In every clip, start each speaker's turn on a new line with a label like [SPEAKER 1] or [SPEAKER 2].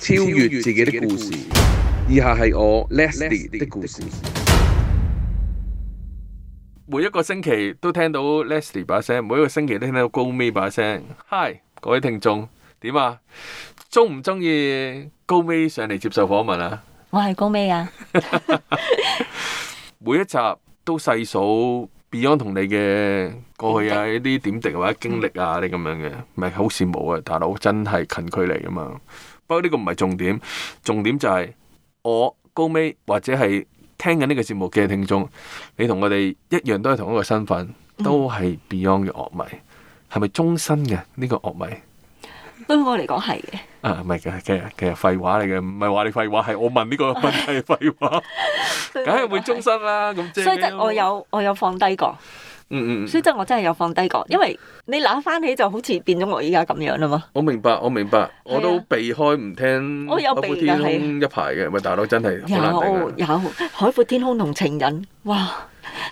[SPEAKER 1] 超越自己的故事。以下係我 Leslie 的故事。
[SPEAKER 2] 每一個星期都聽到 Leslie 把聲，每一個星期都聽到高咪把聲。Hi，各位聽眾，點啊？中唔中意高咪上嚟接受訪問啊？
[SPEAKER 3] 我係高尾啊，
[SPEAKER 2] 每一集都細數 Beyond 同你嘅過去啊，一啲點滴或者經歷
[SPEAKER 3] 嗯
[SPEAKER 2] 啊，你咁樣嘅，咪好羨慕啊！大佬真係近距離啊嘛。不過呢個唔係重點，重點就係、我高尾或者係聽緊呢個節目嘅聽眾，你同我哋一樣都係同一個身份，
[SPEAKER 3] 嗯
[SPEAKER 2] 都係 Beyond 嘅樂迷，係咪終身嘅呢、個樂迷？
[SPEAKER 3] 對我嚟講係嘅，
[SPEAKER 2] 啊，唔係嘅，其實其實廢話嚟嘅，唔係話你廢話，係我問呢個問題係廢 話，
[SPEAKER 3] 梗
[SPEAKER 2] 梗係會終。身啦。咁即係
[SPEAKER 3] 所以即係我，有我有放低過，
[SPEAKER 2] 嗯嗯嗯
[SPEAKER 3] 所以即係我真係有放低過，因為你揦翻起就好似變咗我依家咁樣啦嘛。
[SPEAKER 2] 我明白，我明白，我都
[SPEAKER 3] 係啊
[SPEAKER 2] 避開唔聽
[SPEAKER 3] 我有
[SPEAKER 2] 海闊
[SPEAKER 3] 避㗎
[SPEAKER 2] 天
[SPEAKER 3] 係啊
[SPEAKER 2] 空一排嘅。喂，大佬真係
[SPEAKER 3] 有
[SPEAKER 2] 好難頂啊！
[SPEAKER 3] 有海闊天空同情人，哇！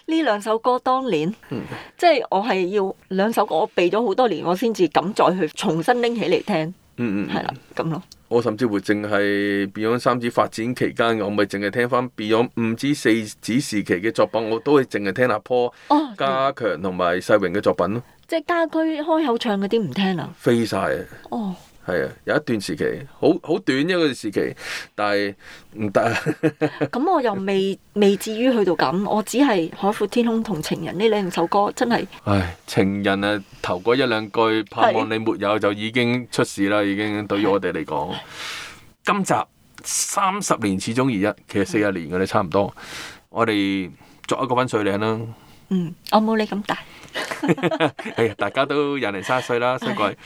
[SPEAKER 3] 呢兩首歌當年，
[SPEAKER 2] 嗯
[SPEAKER 3] 即係我係要兩首歌，我避咗好多年，我先至敢再去重新拎起嚟聽，
[SPEAKER 2] 嗯嗯
[SPEAKER 3] 係啦
[SPEAKER 2] 嗯，
[SPEAKER 3] 咁咯。
[SPEAKER 2] 我甚至乎淨係 Beyond 三子發展期間，我咪淨係聽翻 Beyond 五至四子時期嘅作品，我都係淨係聽阿 Paul、
[SPEAKER 3] 哦，
[SPEAKER 2] 加強同埋世榮嘅作品咯，
[SPEAKER 3] 即係家居開口唱嗰啲唔聽啦。
[SPEAKER 2] 飛晒啊！
[SPEAKER 3] 哦，
[SPEAKER 2] 係啊，有一段時期，好好短一個時期，但係唔得啊！
[SPEAKER 3] 咁我又未未至於去到咁，我只係海闊天空同情人呢兩首歌真係。
[SPEAKER 2] 唉，情人啊，頭嗰一兩句盼望你沒有就已經出事啦，已經對於我哋嚟講，今集三十年始終如一，其實四十年嘅咧差唔多，我哋作一個分水嶺啦。
[SPEAKER 3] 嗯，我冇你咁大。
[SPEAKER 2] 哎呀，大家都廿零三十歲啦，衰鬼。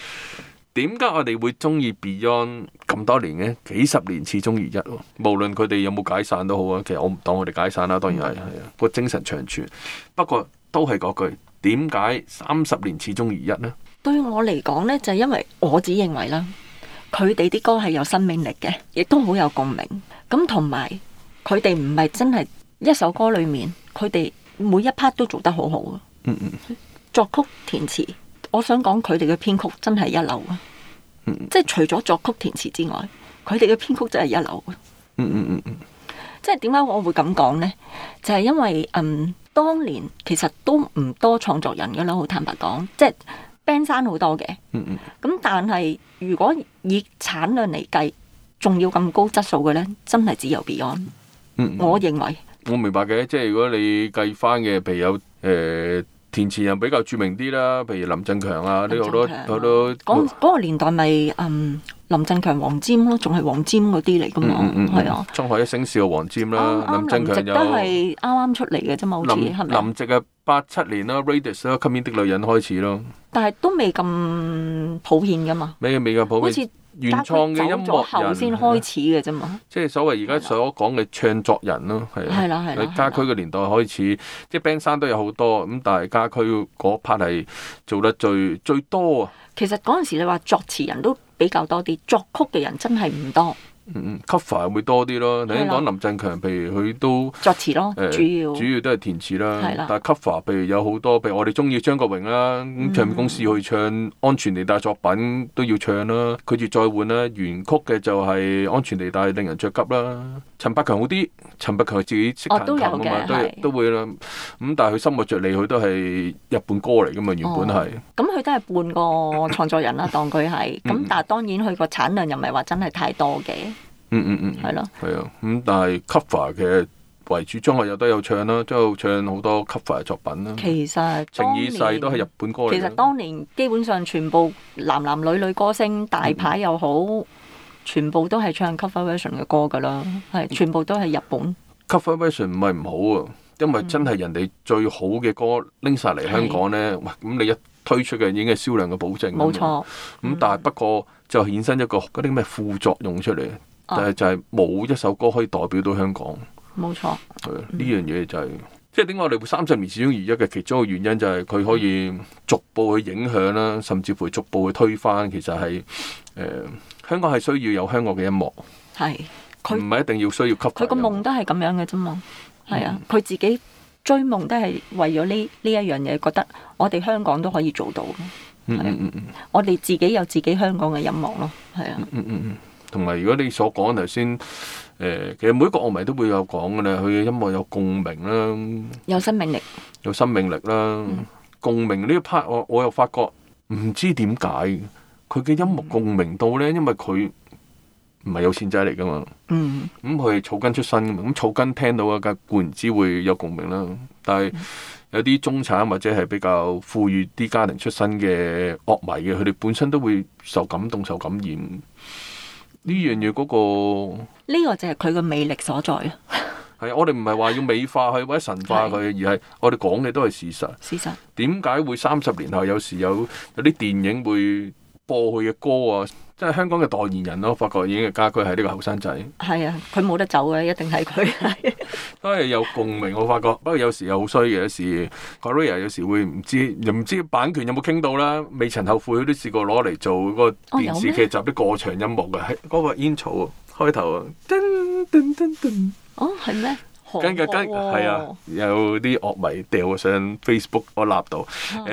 [SPEAKER 2] 點解我哋會中意 Beyond 咁多年呢？幾十年始終如一喎，無論佢哋有冇解散都好啊。其實我唔當我哋解散啦，當然係係啊，個精神長存。不過都係嗰句，點解三十年始終如一呢？
[SPEAKER 3] 對我嚟講呢，就係因為我只認為啦，佢哋啲歌係有生命力嘅，亦都好有共鳴。咁同埋佢哋唔係真係一首歌裡面，佢哋每一 part 都做得好好啊。
[SPEAKER 2] 嗯嗯
[SPEAKER 3] 作曲填詞，我想講佢哋嘅編曲真係一流啊。即係除咗作曲填詞之外，佢哋嘅編曲真係一流啊。
[SPEAKER 2] 嗯嗯嗯嗯，
[SPEAKER 3] 即係點解我會咁講呢？就係、因為嗯，當年其實都唔多創作人噶啦，好坦白講，即係 band 山好多嘅。
[SPEAKER 2] 嗯嗯
[SPEAKER 3] 咁但係如果以產量嚟計，仲要咁高質素嘅呢，真係只有 Beyond。
[SPEAKER 2] 嗯嗯
[SPEAKER 3] 我認為
[SPEAKER 2] 我明白嘅，即係如果你計翻嘅，譬如有誒、呃填詞人比較著名啲啦，譬如林振強啊，呢好多
[SPEAKER 3] 林振強
[SPEAKER 2] 好多
[SPEAKER 3] 嗰嗰個年代咪嗯林振強、黃霑咯，仲係黃霑嗰啲嚟噶嘛，
[SPEAKER 2] 嗯
[SPEAKER 3] 係啊，
[SPEAKER 2] 滄海一聲笑黃霑啦，
[SPEAKER 3] 啱
[SPEAKER 2] 啊林
[SPEAKER 3] 啱
[SPEAKER 2] 振
[SPEAKER 3] 林夕
[SPEAKER 2] 強
[SPEAKER 3] 都
[SPEAKER 2] 有。
[SPEAKER 3] 係啱啱出嚟嘅啫嘛，好似
[SPEAKER 2] 林
[SPEAKER 3] 係咪？
[SPEAKER 2] 林夕嘅八七年啦，Radius 啦，今年的女人開始咯，
[SPEAKER 3] 但係都未咁普遍噶嘛，
[SPEAKER 2] 美美嘅普
[SPEAKER 3] 好
[SPEAKER 2] 遍
[SPEAKER 3] 似
[SPEAKER 2] 原創嘅音樂
[SPEAKER 3] 走咗後
[SPEAKER 2] 人
[SPEAKER 3] 先開始嘅啫嘛。
[SPEAKER 2] 即係所謂而家所講嘅唱作人咯，係
[SPEAKER 3] 係啦係啦
[SPEAKER 2] 喺家區嘅年代開始，即係 band 山都有好多咁，但係家區嗰 part 係做得最最多啊，
[SPEAKER 3] 其實嗰陣時你話作詞人都比較多啲，作曲嘅人真係唔多，
[SPEAKER 2] 嗯嗯，cover 會多啲咯。頭先
[SPEAKER 3] 係
[SPEAKER 2] 講
[SPEAKER 3] 啦
[SPEAKER 2] 林振強，譬如佢都。
[SPEAKER 3] 作詞咯，
[SPEAKER 2] 誒
[SPEAKER 3] 主要
[SPEAKER 2] 呃主要都係填詞
[SPEAKER 3] 係
[SPEAKER 2] 啦
[SPEAKER 3] 啦，
[SPEAKER 2] 但係 cover 譬如有好多，譬如我哋中意張國榮啦，
[SPEAKER 3] 嗯
[SPEAKER 2] 咁唱片公司去唱安全地帶作品都要唱啦，佢要再換啦，原曲嘅就係安全地帶令人着急啦，陳百強好啲，陳百強自己識
[SPEAKER 3] 哦
[SPEAKER 2] 彈
[SPEAKER 3] 都
[SPEAKER 2] 琴
[SPEAKER 3] 有
[SPEAKER 2] 啊嘛，
[SPEAKER 3] 嘅
[SPEAKER 2] 都
[SPEAKER 3] 係
[SPEAKER 2] 都會啦，咁但係佢心愛着你，佢都係日本歌嚟噶嘛，原本
[SPEAKER 3] 哦
[SPEAKER 2] 係，
[SPEAKER 3] 咁佢都係半個創作人啦，當 佢係咁
[SPEAKER 2] 嗯，
[SPEAKER 3] 但係當然佢個產量又唔係話真係太多嘅，
[SPEAKER 2] 嗯嗯嗯，
[SPEAKER 3] 係咯。
[SPEAKER 2] 係啊，咁但係 cover 嘅為主，張學友都有唱啦，張學友唱好多 cover 嘅作品啦，
[SPEAKER 3] 其實
[SPEAKER 2] 情已逝都係日
[SPEAKER 3] 日。
[SPEAKER 2] 本歌嚟
[SPEAKER 3] 其
[SPEAKER 2] 㗎。
[SPEAKER 3] 實當年基本上全部男男女女歌星大牌又好，全部都係唱 cover version 嘅歌㗎啦，
[SPEAKER 2] 嗯
[SPEAKER 3] 係全部都係日本。
[SPEAKER 2] cover version 唔係唔好啊，因
[SPEAKER 3] 嗯
[SPEAKER 2] 為真係人哋最好嘅歌拎晒嚟香港呢。哇咁你一推出嘅已經係銷量嘅保證。
[SPEAKER 3] 冇。錯，嗯
[SPEAKER 2] 咁但係不過就衍生一個嗰啲咩副作用出嚟，
[SPEAKER 3] 啊
[SPEAKER 2] 但係就係冇一首歌可以代表到香港。
[SPEAKER 3] 冇錯，
[SPEAKER 2] 係
[SPEAKER 3] 嗯
[SPEAKER 2] 啊呢樣嘢就係、即係點解我哋會三十年始終如一嘅其中一個原因就係佢可以
[SPEAKER 3] 嗯
[SPEAKER 2] 逐步去影響啦，甚至乎逐步去推翻。其實係誒、呃香港係需要有香港嘅音樂，唔
[SPEAKER 3] 係佢
[SPEAKER 2] 係一定要需要 cover
[SPEAKER 3] 佢個
[SPEAKER 2] 音樂
[SPEAKER 3] 夢都係咁樣嘅啫嘛，
[SPEAKER 2] 嗯
[SPEAKER 3] 係啊，佢自己追夢都係為咗呢呢一樣嘢，覺得我哋香港都可以做到。
[SPEAKER 2] 嗯嗯嗯嗯
[SPEAKER 3] 我哋自己有自己香港嘅音樂咯，係啊，
[SPEAKER 2] 嗯嗯嗯，同埋如果你所講頭先，誒、其實每一個樂迷都會有講嘅咧，佢嘅音樂有共鳴啦，
[SPEAKER 3] 有生命力，
[SPEAKER 2] 有生命力啦。共鳴呢一 part 我我又發覺唔知點解佢嘅音樂共鳴到咧，因為佢唔係有錢仔嚟噶嘛，
[SPEAKER 3] 嗯，
[SPEAKER 2] 咁佢係草根出身噶嘛，咁草根聽到啊，梗係固然之會有共鳴啦。但係有啲中產或者係比較富裕啲家庭出身嘅樂迷嘅，佢哋本身都會受感動、受感染。呢樣嘢嗰個
[SPEAKER 3] 呢個就係佢嘅魅力所在啊啦，
[SPEAKER 2] 係我哋唔係話要美化佢或者神化佢，而係我哋講嘅都係事實。
[SPEAKER 3] 事實。
[SPEAKER 2] 點解會三十年後有時有有啲電影會播佢嘅歌啊？即係香港嘅代言人咯，發覺已經嘅家居係呢個後生仔，
[SPEAKER 3] 係啊，佢冇得走嘅，一定係佢。係
[SPEAKER 2] 都係有共鳴。我發覺，不過有時又好衰嘅，有時 Korea 有時會唔知又唔知版權有冇傾到啦。未曾後悔，佢都試過攞嚟做嗰個
[SPEAKER 3] 哦有
[SPEAKER 2] 電視
[SPEAKER 3] 咩
[SPEAKER 2] 劇集啲過場音樂嘅，喺嗰個煙草啊開頭啊，噔噔噔噔。
[SPEAKER 3] 哦，係咩？哦韓
[SPEAKER 2] 跟嘅跟
[SPEAKER 3] 國喎
[SPEAKER 2] 係啊，有啲樂迷掉上 Facebook 我立度，誒、
[SPEAKER 3] 嗯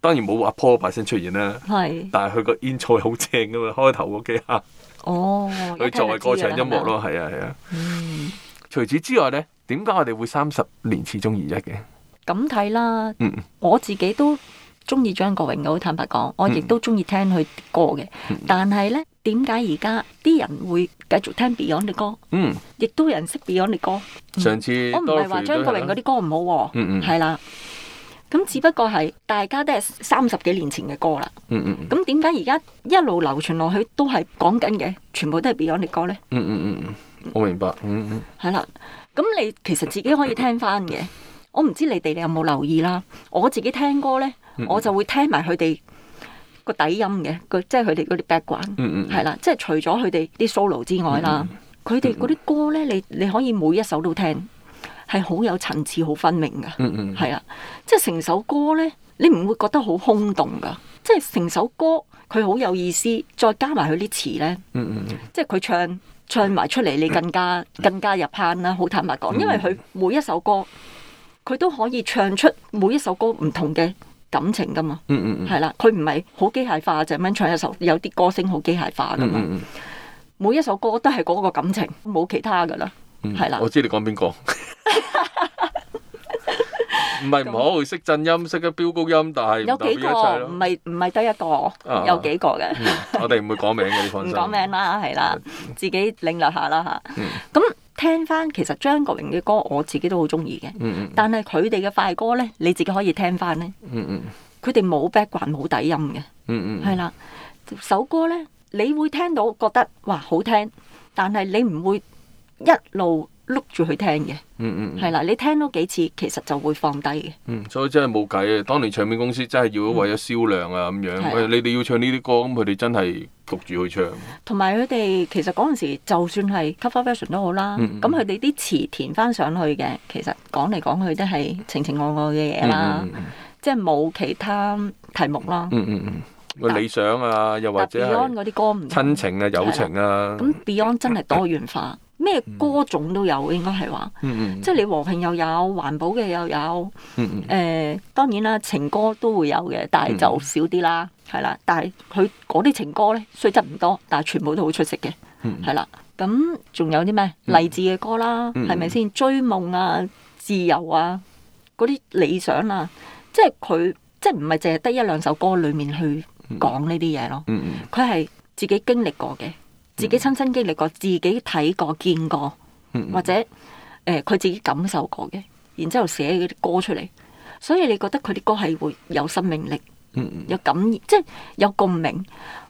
[SPEAKER 2] 當然冇阿 Paul 把聲出現啦，
[SPEAKER 3] 啊係
[SPEAKER 2] 但係佢個煙草係好正噶嘛，開頭嗰幾下
[SPEAKER 3] 哦，
[SPEAKER 2] 佢作為歌唱音樂
[SPEAKER 3] 咯。
[SPEAKER 2] 咯，係啊係啊。
[SPEAKER 3] 嗯，
[SPEAKER 2] 除此之外咧，點解我哋會三十年始終如一嘅？
[SPEAKER 3] 咁睇啦，
[SPEAKER 2] 嗯嗯
[SPEAKER 3] 我自己都中意張國榮嘅，好坦白講，我亦都中意聽佢啲歌嘅。
[SPEAKER 2] 嗯
[SPEAKER 3] 但係咧，點解而家啲人會繼續聽 Beyond 嘅歌，
[SPEAKER 2] 嗯，
[SPEAKER 3] 亦都有人識 Beyond 嘅歌？
[SPEAKER 2] 上次
[SPEAKER 3] 我唔係話
[SPEAKER 2] Dorothy
[SPEAKER 3] 張國
[SPEAKER 2] 都
[SPEAKER 3] 榮
[SPEAKER 2] 係
[SPEAKER 3] 嗰
[SPEAKER 2] 啦
[SPEAKER 3] 啲歌唔好
[SPEAKER 2] 嗯嗯
[SPEAKER 3] 喎，係啦。咁只不過係大家都係三十幾年前嘅歌啦。
[SPEAKER 2] 嗯嗯嗯
[SPEAKER 3] 咁點解而家一路流傳落去都係講緊嘅，全部都係 Beyond 嘅歌呢？
[SPEAKER 2] 嗯嗯嗯嗯，我明白，嗯嗯
[SPEAKER 3] 係啦，咁你其實自己可以聽翻嘅。我唔知你哋有冇留意啦。我自己聽歌呢，
[SPEAKER 2] 嗯
[SPEAKER 3] 我就會聽埋佢哋個底音嘅，佢即係佢哋嗰啲 background
[SPEAKER 2] 嗯嗯嗯
[SPEAKER 3] 係啦，即係除咗佢哋啲 solo 之外啦，佢哋嗰啲歌呢，你你可以每一首都聽，係好有層次、好分明噶。
[SPEAKER 2] 嗯嗯，
[SPEAKER 3] 係啦，即係成首歌咧，你唔會覺得好空洞噶，即係成首歌佢好有意思，再加埋佢啲詞咧，
[SPEAKER 2] 嗯嗯嗯
[SPEAKER 3] 即係佢唱唱埋出嚟，你更加更加入坑啦。好坦白
[SPEAKER 2] 嗯
[SPEAKER 3] 講，因為佢每一首歌佢都可以唱出每一首歌唔同嘅感情噶嘛，
[SPEAKER 2] 嗯嗯嗯
[SPEAKER 3] 係啦，佢唔係好機械化就咁樣唱一首，有啲歌聲好機械化噶
[SPEAKER 2] 嗯
[SPEAKER 3] 嘛，
[SPEAKER 2] 嗯
[SPEAKER 3] 每一首歌都係嗰個感情，冇其他噶啦，
[SPEAKER 2] 嗯，
[SPEAKER 3] 係啦
[SPEAKER 2] 我知你講邊 個。唔係唔好，識震音，識得飆高音，但係唔代
[SPEAKER 3] 有
[SPEAKER 2] 表
[SPEAKER 3] 幾
[SPEAKER 2] 一
[SPEAKER 3] 個
[SPEAKER 2] 切咯
[SPEAKER 3] 唔係唔係得一個
[SPEAKER 2] 啊，
[SPEAKER 3] 有幾個嘅。
[SPEAKER 2] 嗯我哋唔會講名嘅，你放
[SPEAKER 3] 唔
[SPEAKER 2] 心。嗯
[SPEAKER 3] 講名啦，係啦，自己領略下啦吓。咁、聽翻其實張國榮嘅歌，我自己都好中意嘅。
[SPEAKER 2] 嗯。嗯
[SPEAKER 3] 但係佢哋嘅快歌咧，你自己可以聽翻咧，
[SPEAKER 2] 嗯嗯
[SPEAKER 3] 佢哋冇 background 冇底音嘅，
[SPEAKER 2] 嗯嗯
[SPEAKER 3] 係
[SPEAKER 2] 嗯
[SPEAKER 3] 啦、首歌咧，你會聽到覺得哇好聽，但係你唔會一路碌住去聽嘅，
[SPEAKER 2] 嗯嗯
[SPEAKER 3] 係啦，你聽多幾次其實就會放低嘅。
[SPEAKER 2] 嗯，所以真係冇計啊！當年唱片公司真係要為咗銷量啊咁樣，
[SPEAKER 3] 係
[SPEAKER 2] 喂你哋要唱呢啲歌，咁佢哋真係焗住去唱。
[SPEAKER 3] 同埋佢哋其實嗰陣時，就算係 cover version 都好啦，
[SPEAKER 2] 嗯嗯
[SPEAKER 3] 咁佢哋啲詞填翻上去嘅，其實講嚟講去都係情情愛愛嘅嘢啦，
[SPEAKER 2] 嗯嗯嗯
[SPEAKER 3] 即係冇其他題目啦。
[SPEAKER 2] 嗯嗯嗯，喂理想啊，又或
[SPEAKER 3] 但
[SPEAKER 2] 者
[SPEAKER 3] Beyond
[SPEAKER 2] 係
[SPEAKER 3] 嗰啲歌唔同
[SPEAKER 2] 親，情啊、友情啊，
[SPEAKER 3] 咁 Beyond 真係多元化，咩
[SPEAKER 2] 嗯
[SPEAKER 3] 歌種都有，應該係話，
[SPEAKER 2] 嗯嗯
[SPEAKER 3] 即係你和平又有，環保嘅又有，
[SPEAKER 2] 嗯嗯
[SPEAKER 3] 誒、當然啦，情歌都會有嘅，但係就少啲
[SPEAKER 2] 嗯
[SPEAKER 3] 啦，係啦。但係佢嗰啲情歌咧，雖則唔多，但係全部都好出色嘅，
[SPEAKER 2] 嗯
[SPEAKER 3] 係啦。咁仲有啲咩勵志嘅歌啦，
[SPEAKER 2] 嗯
[SPEAKER 3] 係咪先？追夢啊，自由啊，嗰啲理想啊，即係佢即係唔係淨係得一兩首歌裡面去講呢啲嘢咯？
[SPEAKER 2] 嗯嗯
[SPEAKER 3] 佢係自己經歷過嘅，自己親身經歷過，自己睇過、見過。
[SPEAKER 2] 嗯
[SPEAKER 3] 或者誒佢、自己感受過嘅，然之後寫嗰啲歌出嚟，所以你覺得佢啲歌係會有生命力、
[SPEAKER 2] 嗯嗯
[SPEAKER 3] 有感染，即係有共鳴。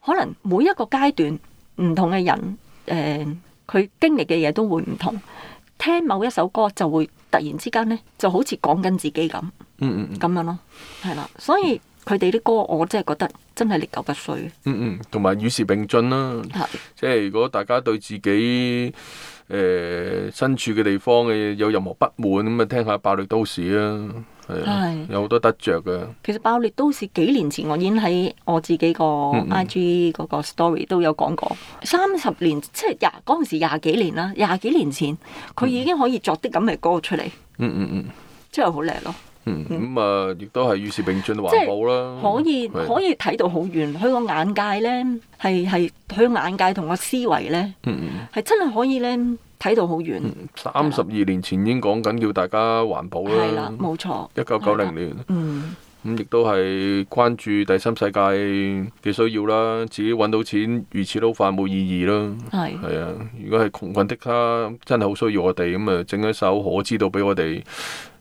[SPEAKER 3] 可能每一個階段唔同嘅人誒，佢、經歷嘅嘢都會唔同。聽某一首歌就會突然之間咧，就好似講緊自己咁
[SPEAKER 2] 嗯嗯
[SPEAKER 3] 咁樣咯，係啦。所以佢哋啲歌我真係覺得真係歷久不衰，
[SPEAKER 2] 嗯嗯，同埋與時並進啦。
[SPEAKER 3] 係
[SPEAKER 2] 即係如果大家對自己誒、呃身處嘅地方嘅有任何不滿咁啊，聽下《爆裂都市》啊，係啊
[SPEAKER 3] 係
[SPEAKER 2] 有好多得着嘅。
[SPEAKER 3] 其實爆裂都市幾年前我已經喺我自己個
[SPEAKER 2] 嗯嗯
[SPEAKER 3] IG 嗰個 story 都有講過，三十年即係廿啊嗰陣時廿幾年啦，廿幾年前佢已經可以作啲咁嘅歌出嚟，
[SPEAKER 2] 嗯嗯嗯
[SPEAKER 3] 真係好叻咯。
[SPEAKER 2] 嗯，咁啊，亦都係與時並進環保啦。
[SPEAKER 3] 可以
[SPEAKER 2] 嗯係
[SPEAKER 3] 可以睇到好遠，佢個眼界咧係係佢個眼界同個思維咧
[SPEAKER 2] 嗯嗯
[SPEAKER 3] 係真係可以咧睇到好遠，
[SPEAKER 2] 嗯，三十二年前已經講緊要大家環保
[SPEAKER 3] 係啦
[SPEAKER 2] 啦，。
[SPEAKER 3] 冇錯，
[SPEAKER 2] 一九九零年
[SPEAKER 3] 嗯，
[SPEAKER 2] 咁，亦都係關注第三世界嘅需要啦。自己揾到錢，魚翅撈飯冇意義啦。
[SPEAKER 3] 係
[SPEAKER 2] 係啊，如果係窮困的他真係好需要我哋咁啊，整一首可知道俾我哋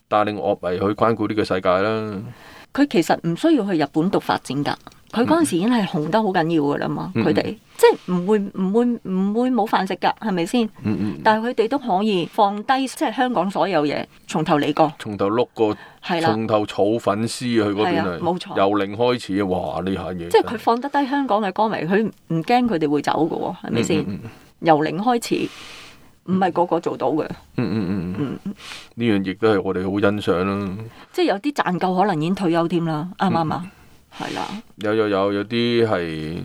[SPEAKER 2] 帶領樂迷去關顧呢個世界啦。
[SPEAKER 3] 佢其實唔需要去日本讀發展㗎。佢嗰陣時已經係紅得好緊要㗎啦
[SPEAKER 2] 嗯
[SPEAKER 3] 嘛，佢哋、即係唔會唔會唔會冇飯食㗎，係咪先？
[SPEAKER 2] 嗯嗯，
[SPEAKER 3] 但係佢哋都可以放低即係香港所有嘢，從頭嚟過，
[SPEAKER 2] 從頭碌過，
[SPEAKER 3] 係啦，
[SPEAKER 2] 從頭儲粉絲去嗰邊
[SPEAKER 3] 係啊冇錯
[SPEAKER 2] 由零開始啊！哇，呢下嘢
[SPEAKER 3] 即
[SPEAKER 2] 真
[SPEAKER 3] 係佢放得低香港嘅歌迷，佢唔唔驚佢哋會走㗎喎，係咪先？
[SPEAKER 2] 嗯嗯
[SPEAKER 3] 由零開始，唔係個個做到嘅，
[SPEAKER 2] 嗯嗯嗯嗯嗯，呢樣亦都係我哋好欣賞啦。
[SPEAKER 3] 即係有啲賺夠可能已經退休添啦，啱唔啱
[SPEAKER 2] 嗯
[SPEAKER 3] 啊？係啦，
[SPEAKER 2] 有有有，有啲係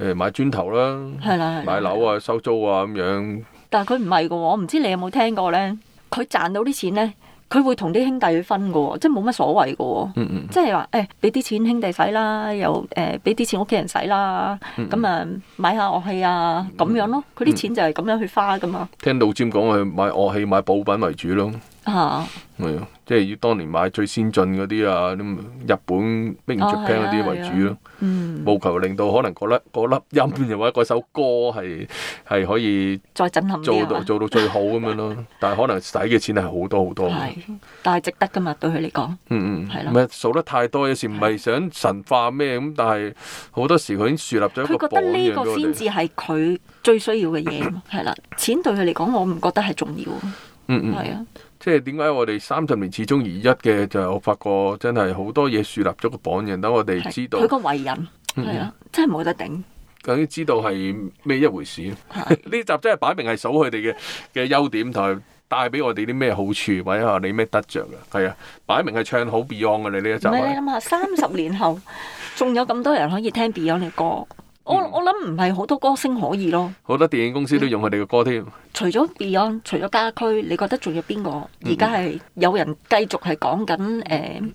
[SPEAKER 2] 誒買磚頭啦，
[SPEAKER 3] 係啦，係啦
[SPEAKER 2] 買樓。啊、收租啊咁樣。
[SPEAKER 3] 但係佢唔係嘅喎，我唔知你有冇聽過咧？佢賺到啲錢咧，佢會同啲兄弟去分嘅喎，即係冇乜所謂嘅喎。
[SPEAKER 2] 嗯嗯
[SPEAKER 3] 即係話誒，俾啲錢兄弟使啦，又誒俾啲錢屋企人使啦，
[SPEAKER 2] 嗯
[SPEAKER 3] 咁啊買下樂器啊咁樣咯。佢啲錢就係咁樣去花噶嘛，
[SPEAKER 2] 聽老尖講係買樂器、買補品為主咯。
[SPEAKER 3] 啊
[SPEAKER 2] 係啊，即係要當年買最先進嗰啲啊，咁日本 Made in
[SPEAKER 3] 哦
[SPEAKER 2] Japan
[SPEAKER 3] 係
[SPEAKER 2] 嗰
[SPEAKER 3] 啊
[SPEAKER 2] 啲為主咯，
[SPEAKER 3] 嗯，
[SPEAKER 2] 務求令到可能嗰粒嗰粒音又或者嗰首歌係係可以
[SPEAKER 3] 再震撼啲
[SPEAKER 2] 做
[SPEAKER 3] 啊
[SPEAKER 2] 到
[SPEAKER 3] 嘛
[SPEAKER 2] 做到最好咁樣 咯。但係可能使嘅錢係好多好多嘅，
[SPEAKER 3] 係，但係值得噶嘛，對佢嚟講
[SPEAKER 2] 嗯嗯，
[SPEAKER 3] 係
[SPEAKER 2] 唔
[SPEAKER 3] 啦
[SPEAKER 2] 係數得太多，有時唔係想神化咩咁，但係好多時佢已經樹立咗一
[SPEAKER 3] 佢
[SPEAKER 2] 個
[SPEAKER 3] 覺
[SPEAKER 2] 榜
[SPEAKER 3] 得呢
[SPEAKER 2] 樣
[SPEAKER 3] 個
[SPEAKER 2] 俾我
[SPEAKER 3] 先
[SPEAKER 2] 哋。
[SPEAKER 3] 至係佢最需要嘅嘢嘛，係啦。錢對佢嚟講，我唔覺得係重要，
[SPEAKER 2] 嗯嗯。
[SPEAKER 3] 係啊，
[SPEAKER 2] 即係點解我哋三十年始終如一嘅，就係我發覺真係好多嘢樹立咗個榜樣，等我哋
[SPEAKER 3] 係
[SPEAKER 2] 知道嗯
[SPEAKER 3] 佢個為人係啊，真係冇得頂，
[SPEAKER 2] 究竟知道係咩一回事。 呢集真係擺明係數佢哋嘅嘅優點同埋帶俾我哋啲咩好處，或者話你咩得着嘅。係啊，擺明係唱好 Beyond 嘅你呢一集啊
[SPEAKER 3] 唔係啊
[SPEAKER 2] 係
[SPEAKER 3] 你。諗下，三十年後仲有咁多人可以聽 Beyond 嘅歌，我我諗唔係好多歌星可以咯。
[SPEAKER 2] 好多電影公司都用佢哋嘅歌添。
[SPEAKER 3] 除咗 Beyond，除咗家駒，你覺得仲有邊個而家係有人繼續係講緊誒，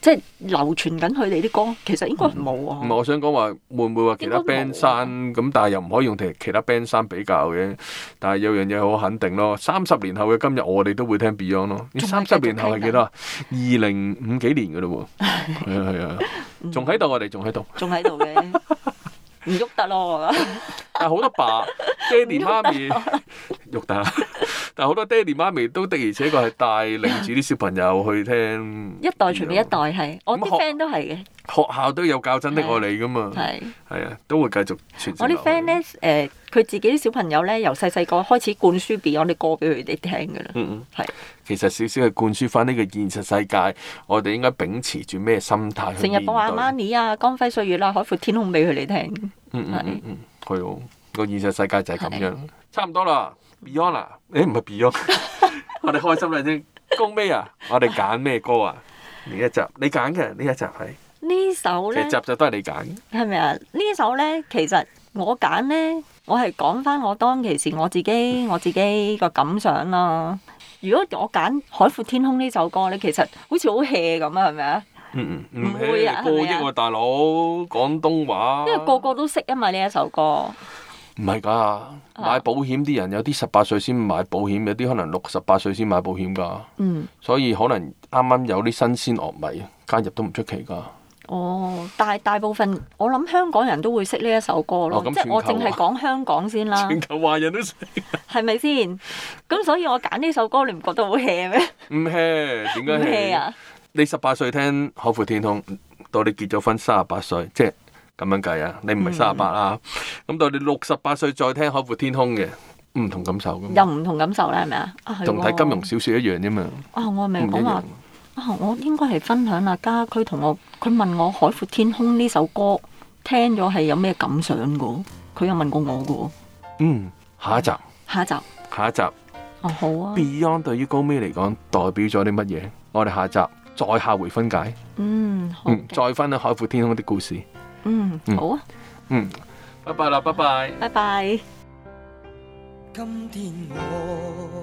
[SPEAKER 3] 即係流傳緊佢哋啲歌？其實應該冇
[SPEAKER 2] 唔係，
[SPEAKER 3] 啊。
[SPEAKER 2] 我想講話會唔會話其他
[SPEAKER 3] 應該冇
[SPEAKER 2] band 山咁，但係又唔可以用其其他 band 山比較嘅。但係有樣嘢好肯定咯，三十年後嘅今日，我哋都會聽 Beyond 咯。呢
[SPEAKER 3] 仲係
[SPEAKER 2] 三十年後係幾 多啊？二零五幾年嘅咯喎，係啊係啊，仲喺度，我哋仲喺度。
[SPEAKER 3] 仲喺度嘅，唔喐得咯。
[SPEAKER 2] 但係好多爸爹哋媽咪喐得啊，但係好多爹哋媽咪都的而且確係帶領住啲小朋友去聽
[SPEAKER 3] 一代傳俾一代係，我啲
[SPEAKER 2] 學
[SPEAKER 3] friend 都係嘅，
[SPEAKER 2] 學校都有教真的愛你噶嘛，
[SPEAKER 3] 係
[SPEAKER 2] 係啊，都會繼續傳承
[SPEAKER 3] 我啲
[SPEAKER 2] 落去
[SPEAKER 3] friend 咧，誒佢自己啲小朋友咧，由細細個開始灌輸 Beyond 啲歌俾佢哋聽㗎啦，
[SPEAKER 2] 嗯嗯，
[SPEAKER 3] 係
[SPEAKER 2] 其實少少係灌輸翻呢個現實世界，我哋應該秉持住咩心態去
[SPEAKER 3] 成日
[SPEAKER 2] 面對
[SPEAKER 3] 播阿瑪尼啊、光輝歲月啦、海闊天空俾佢哋聽。
[SPEAKER 2] 嗯嗯嗯嗯，係喎，個現實世界就係咁樣，差唔多啦，Beyond 啦，誒唔係 Beyond，我哋開心啦先，高咩啊？我哋揀咩歌啊？呢一集你揀嘅，呢一集係，
[SPEAKER 3] 呢首
[SPEAKER 2] 其
[SPEAKER 3] 咧
[SPEAKER 2] 實集集都係你揀，
[SPEAKER 3] 係咪啊？呢首咧其實我揀咧，我係講翻我當其時我自己我自己個感想啦。如果我揀《海闊天空》呢首歌咧，其實好似好 hea 咁啊，係咪啊？
[SPEAKER 2] 嗯嗯，
[SPEAKER 3] 唔會啊
[SPEAKER 2] 過
[SPEAKER 3] 係咪
[SPEAKER 2] 億
[SPEAKER 3] 啊
[SPEAKER 2] 喎大佬，廣東話，
[SPEAKER 3] 因為個個都識啊嘛呢一首歌。
[SPEAKER 2] 唔係㗎，
[SPEAKER 3] 啊
[SPEAKER 2] 買保險啲人有啲十八歲先買保險，有啲可能六十八歲先買保險㗎。
[SPEAKER 3] 嗯，
[SPEAKER 2] 所以可能啱啱有啲新鮮樂迷加入都唔出奇 㗎。
[SPEAKER 3] 哦，但係大部分我諗香港人都會識呢一首歌咯，
[SPEAKER 2] 哦咁
[SPEAKER 3] 即係我
[SPEAKER 2] 全
[SPEAKER 3] 淨
[SPEAKER 2] 球
[SPEAKER 3] 係講香港先啦，
[SPEAKER 2] 全球華人都識
[SPEAKER 3] 係咪先？咁所以我揀呢首歌，你唔覺得好 hea 咩？
[SPEAKER 2] 唔 hea 點解
[SPEAKER 3] 唔 hea
[SPEAKER 2] hea？
[SPEAKER 3] 啊？
[SPEAKER 2] 你十八歲聽《海闊天空》，到你結咗婚三十八歲，即係咁樣計啊！你
[SPEAKER 3] 嗯
[SPEAKER 2] 唔係三十八啦，咁到你六十八歲再聽《海闊天空》嘅，唔同感受㗎
[SPEAKER 3] 又
[SPEAKER 2] 嘛，
[SPEAKER 3] 唔同感受啦，係咪啊？啊
[SPEAKER 2] 同睇金融小説一樣啫嘛，
[SPEAKER 3] 啊，我
[SPEAKER 2] 唔
[SPEAKER 3] 咪
[SPEAKER 2] 一
[SPEAKER 3] 講
[SPEAKER 2] 樣
[SPEAKER 3] 話。啊！我應該係分享阿家駒同我，佢問我《海闊天空》呢首歌聽咗係有咩感想嘅，佢又問過我嘅。
[SPEAKER 2] 嗯，下一集，
[SPEAKER 3] 下一集
[SPEAKER 2] 下一集。
[SPEAKER 3] 哦，好啊，
[SPEAKER 2] Beyond 對於高妹嚟講代表咗啲乜嘢？我哋下集再下回分解，
[SPEAKER 3] 嗯，好
[SPEAKER 2] 嗯
[SPEAKER 3] 嘅，，
[SPEAKER 2] 再分享海闊天空的故事。
[SPEAKER 3] 嗯，
[SPEAKER 2] 嗯
[SPEAKER 3] 好啊，
[SPEAKER 2] 嗯，拜拜啦，拜拜。
[SPEAKER 3] 拜拜。
[SPEAKER 4] 今天我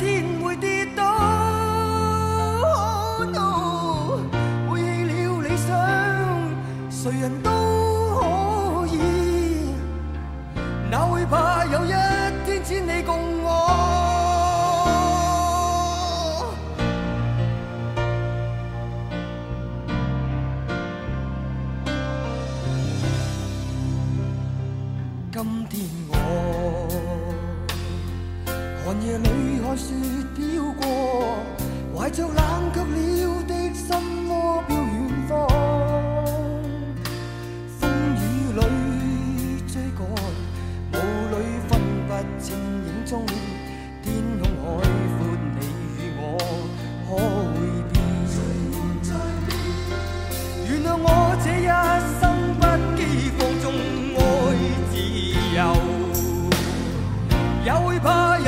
[SPEAKER 4] 天會跌倒。Oh, no，背棄了理想，誰人都可以，哪會怕有一天只你共我？今天我。寒夜里看雪飄過，懷着冷卻了的心窩飄遠方。風雨裏追趕，霧裏分不清影蹤。天空海闊，你與我可會變？原諒我這一生不羈放縱愛自由。也會怕有 Oh, oh,